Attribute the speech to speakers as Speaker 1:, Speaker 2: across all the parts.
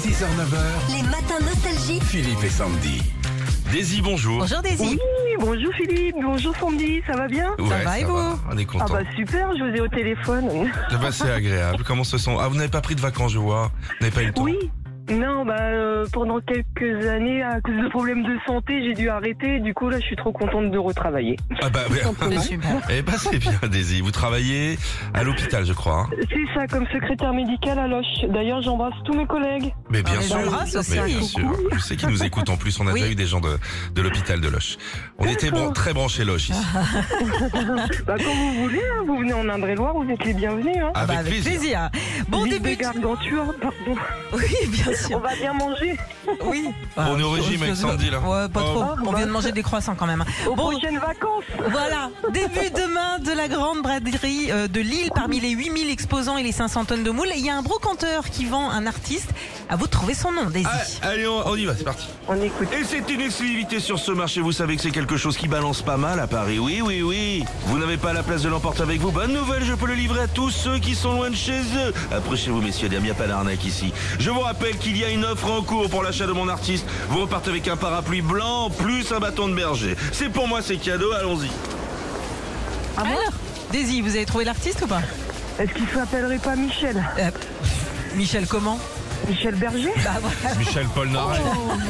Speaker 1: 6h-9h,
Speaker 2: Les matins nostalgiques.
Speaker 1: Philippe et Sandy.
Speaker 3: Daisy, bonjour.
Speaker 4: Bonjour Daisy.
Speaker 5: Oui, bonjour Philippe, bonjour Sandy, ça va bien
Speaker 3: Ouais,
Speaker 4: va et vous
Speaker 3: On est
Speaker 5: Ah
Speaker 3: content.
Speaker 5: bah super, je vous ai au téléphone.
Speaker 3: c'est agréable. Comment se sent Ah, vous n'avez pas pris de vacances, je vois. Vous n'avez pas eu le temps.
Speaker 5: Oui, non, bah euh, pendant quelques années, à cause de problèmes de santé, j'ai dû arrêter. Du coup, là, je suis trop contente de retravailler.
Speaker 3: Ah bah,
Speaker 5: tout simplement.
Speaker 4: Super.
Speaker 3: eh bah, c'est bien, Daisy. Vous travaillez à l'hôpital, je crois. hein.
Speaker 5: C'est ça, comme secrétaire médicale à Loche. D'ailleurs, j'embrasse tous mes collègues.
Speaker 3: Mais bien
Speaker 4: les
Speaker 3: sûr.
Speaker 4: embrasse Ah, aussi.
Speaker 3: Mais bien sûr. Je sais qu'ils nous écoutent en plus. On a
Speaker 4: Oui.
Speaker 3: déjà eu des gens de, de l'hôpital de Loche. On était
Speaker 5: D'accord.
Speaker 3: bran- très branchés Loche ici.
Speaker 4: Ah,
Speaker 5: Bah quand vous voulez, hein, vous venez en Indre-et-Loire, vous êtes les bienvenus. Hein.
Speaker 4: Ah bah,
Speaker 3: Avec, plaisir.
Speaker 4: Bon
Speaker 5: Vive
Speaker 4: début.
Speaker 5: les gargantures, pardon.
Speaker 4: Oui, bien
Speaker 5: On
Speaker 4: sûr.
Speaker 5: va bien manger.
Speaker 4: Oui.
Speaker 3: On est au
Speaker 4: Ah,
Speaker 3: régime
Speaker 4: je-
Speaker 3: avec
Speaker 4: je-
Speaker 3: Sandy, là.
Speaker 4: Ouais, pas
Speaker 3: Oh.
Speaker 4: trop.
Speaker 5: Ah,
Speaker 4: On
Speaker 5: bah.
Speaker 4: vient de manger des croissants quand même.
Speaker 5: Aux
Speaker 4: Bon.
Speaker 5: prochaines vacances.
Speaker 4: Voilà, début demain de la grande braderie euh, de Lille parmi les 8000 exposants et les 500 tonnes de moules. Il y a un brocanteur qui vend un artiste. À vous de trouver son nom, Daisy.
Speaker 3: Ah, allez, on, on y va, c'est parti.
Speaker 5: On écoute.
Speaker 6: Et c'est une exclusivité sur ce marché, vous savez que c'est quelque chose qui balance pas mal à Paris. Oui, oui, oui. Vous n'avez pas la place de l'emporte avec vous. Bonne nouvelle, je peux le livrer à tous ceux qui sont loin de chez eux. Approchez-vous, messieurs, dames, il n'y a pas d'arnaque ici. Je vous rappelle qu'il y a une offre en cours pour l'achat de mon artiste. Vous repartez avec un parapluie blanc, plus un bâton de berger. C'est pour moi, c'est cadeau, allons-y.
Speaker 3: ah
Speaker 4: Alors, Daisy, vous avez trouvé l'artiste ou pas
Speaker 5: Est-ce qu'il s'appellerait pas Michel
Speaker 4: Euh, Michel comment
Speaker 5: Michel Berger
Speaker 4: Bah voilà.
Speaker 3: Michel Polnareff.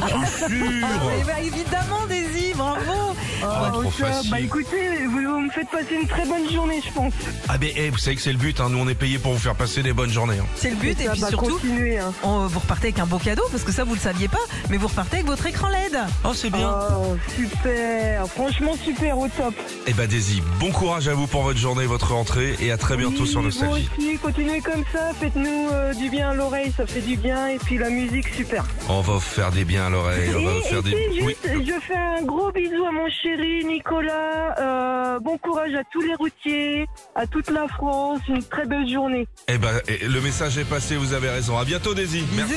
Speaker 3: Bien
Speaker 4: Eh
Speaker 3: sûr.
Speaker 4: ben, évidemment, Daisy, bravo.
Speaker 3: Ah, trop
Speaker 5: au top.
Speaker 3: facile.
Speaker 5: Bah écoutez, vous, vous me faites passer une très bonne journée, je pense.
Speaker 3: Ah, ben, eh, vous savez que c'est le but. hein. Nous, on est payés pour vous faire passer des bonnes journées. hein.
Speaker 4: C'est le but et
Speaker 5: Ça
Speaker 4: puis
Speaker 5: va
Speaker 4: surtout,
Speaker 5: continuer, hein.
Speaker 4: on- vous repartez avec un beau cadeau parce que ça vous le saviez pas, mais vous repartez avec votre écran E LED.
Speaker 3: Oh, c'est bien.
Speaker 5: Oh, super, franchement super, au top.
Speaker 3: Eh ben Daisy, bon courage à vous pour votre journée, votre rentrée et à très bientôt
Speaker 5: Oui,
Speaker 3: sur Nostalgie.
Speaker 5: Vous aussi, continuez comme ça, faites-nous euh, du bien à l'oreille, ça fait du bien, et puis la musique, super.
Speaker 3: On va vous faire des biens à l'oreille, on
Speaker 5: et
Speaker 3: va vous faire
Speaker 5: et
Speaker 3: des...
Speaker 5: puis,
Speaker 3: Oui.
Speaker 5: juste, je fais un gros bisou à mon chéri Nicolas, euh, bon courage à tous les routiers, à toute la France, une très belle journée.
Speaker 3: Eh ben, eh, le message est passé, vous avez raison. À bientôt Daisy.
Speaker 4: Oh,
Speaker 3: Merci.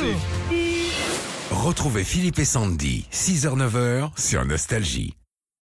Speaker 5: Bisous.
Speaker 1: Retrouvez Philippe et Sandy, 6h-9h sur Nostalgie.